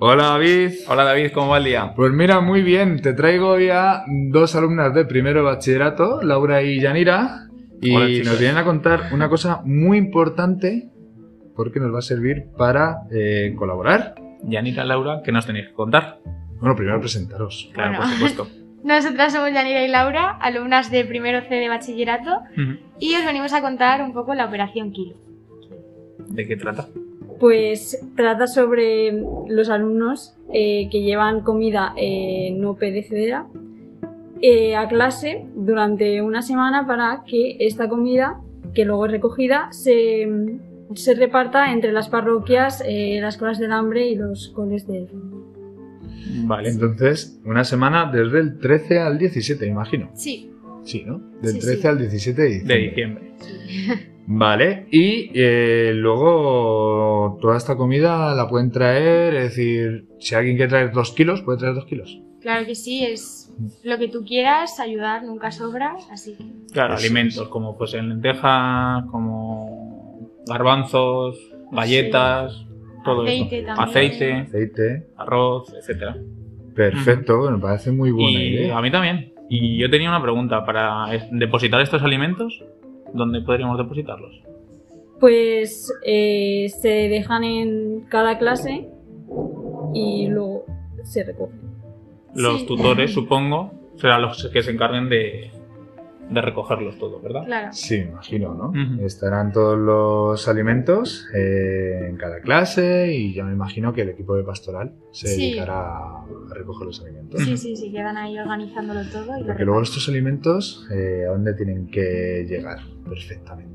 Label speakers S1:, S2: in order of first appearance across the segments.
S1: Hola David.
S2: Hola David, ¿cómo va el día?
S1: Pues mira, muy bien, te traigo ya dos alumnas de primero de bachillerato, Laura y Yanira, y
S2: Hola, chicas.
S1: nos vienen a contar una cosa muy importante porque nos va a servir para eh, colaborar.
S2: Yanira, Laura, ¿qué nos tenéis que contar?
S1: Bueno, primero presentaros.
S2: Claro,
S3: Bueno.
S2: por supuesto.
S3: Nosotras somos Yanira y Laura, alumnas de primero C de bachillerato,
S2: Ujú.
S3: y os venimos a contar un poco la operación Kilo.
S2: ¿De qué trata?
S4: Pues trata sobre los alumnos eh, que llevan comida eh, no perecedera eh, a clase durante una semana para que esta comida, que luego es recogida, se, se reparta entre las parroquias, eh, las colas del hambre y los coles del...
S2: Vale.
S1: Entonces, una semana desde el 13 al 17, imagino.
S3: Sí.
S1: Sí, ¿no? Del
S3: Sí,
S1: 13
S3: sí.
S1: al 17 de
S2: De
S1: diciembre.
S2: diciembre.
S1: Vale, y eh, luego toda esta comida la pueden traer, es decir, si alguien quiere traer dos kilos, puede traer dos kilos.
S3: Claro que sí, es lo que tú quieras, ayudar nunca sobra, así que...
S2: Claro,
S1: Eso
S2: alimentos como pues en lentejas, como garbanzos, galletas, todo
S3: Aceite
S2: eso.
S3: también.
S2: Aceite,
S1: Aceite,
S2: arroz, etcétera.
S1: perfecto, me parece muy buena
S2: Y a
S1: idea.
S2: mí también. Y yo tenía una pregunta, para es- depositar estos alimentos, ¿dónde podríamos depositarlos?
S4: Pues eh, se dejan en cada clase y luego se recogen.
S2: Los
S3: Sí.
S2: tutores, supongo, serán los que se encarguen de, de recogerlos todo, ¿verdad?
S3: Claro.
S1: Sí, me imagino, ¿no?
S2: Ujú.
S1: Estarán todos los alimentos eh, en cada clase y ya me imagino que el equipo de pastoral se
S3: Sí.
S1: dedicará a recoger los alimentos.
S3: Sí, sí, sí, quedan ahí organizándolo todo y lo
S1: Porque luego
S3: reparten.
S1: estos alimentos, eh, ¿a dónde tienen que llegar perfectamente?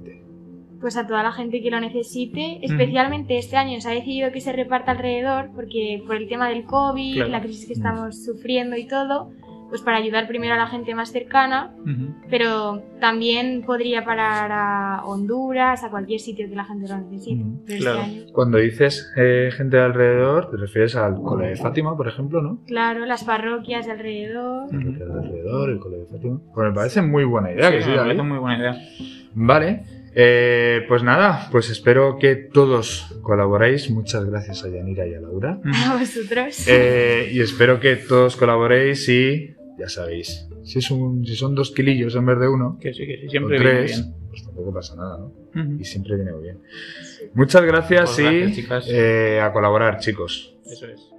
S3: Pues a toda la gente que lo necesite, especialmente este año se ha decidido que se reparta alrededor, porque por el tema del COVID,
S2: Claro.
S3: la crisis que
S1: Mm.
S3: estamos sufriendo y todo, pues para ayudar primero a la gente más cercana,
S2: Ujú.
S3: pero también podría parar a Honduras, a cualquier sitio que la gente lo necesite.
S1: Mm,
S3: Pero
S2: claro.
S3: este año,
S1: Cuando dices eh, gente de alrededor, te refieres al cole de Fátima, por ejemplo, ¿no?
S3: claro, las parroquias de alrededor.
S1: El
S2: Ujú.
S1: cole de alrededor, el cole de Fátima. Pues me parece muy buena idea que sí,
S2: me
S1: David.
S2: parece muy buena idea.
S1: Vale. Eh, pues nada, pues espero que todos colaboréis. Muchas gracias a Yanira y a Laura.
S2: Ujú.
S3: A vosotros.
S1: Eh, y espero que todos colaboréis y ya sabéis, si, es un, si son dos kilillos en vez de uno,
S2: Que sí, que sí,
S1: o
S2: siempre viene
S1: tres,
S2: bien.
S1: pues tampoco pasa nada, ¿no?
S2: Ujú.
S1: Y siempre viene muy bien. Muchas gracias
S2: Pues gracias,
S1: y
S2: chicas.
S1: eh, a colaborar, chicos.
S2: Eso es.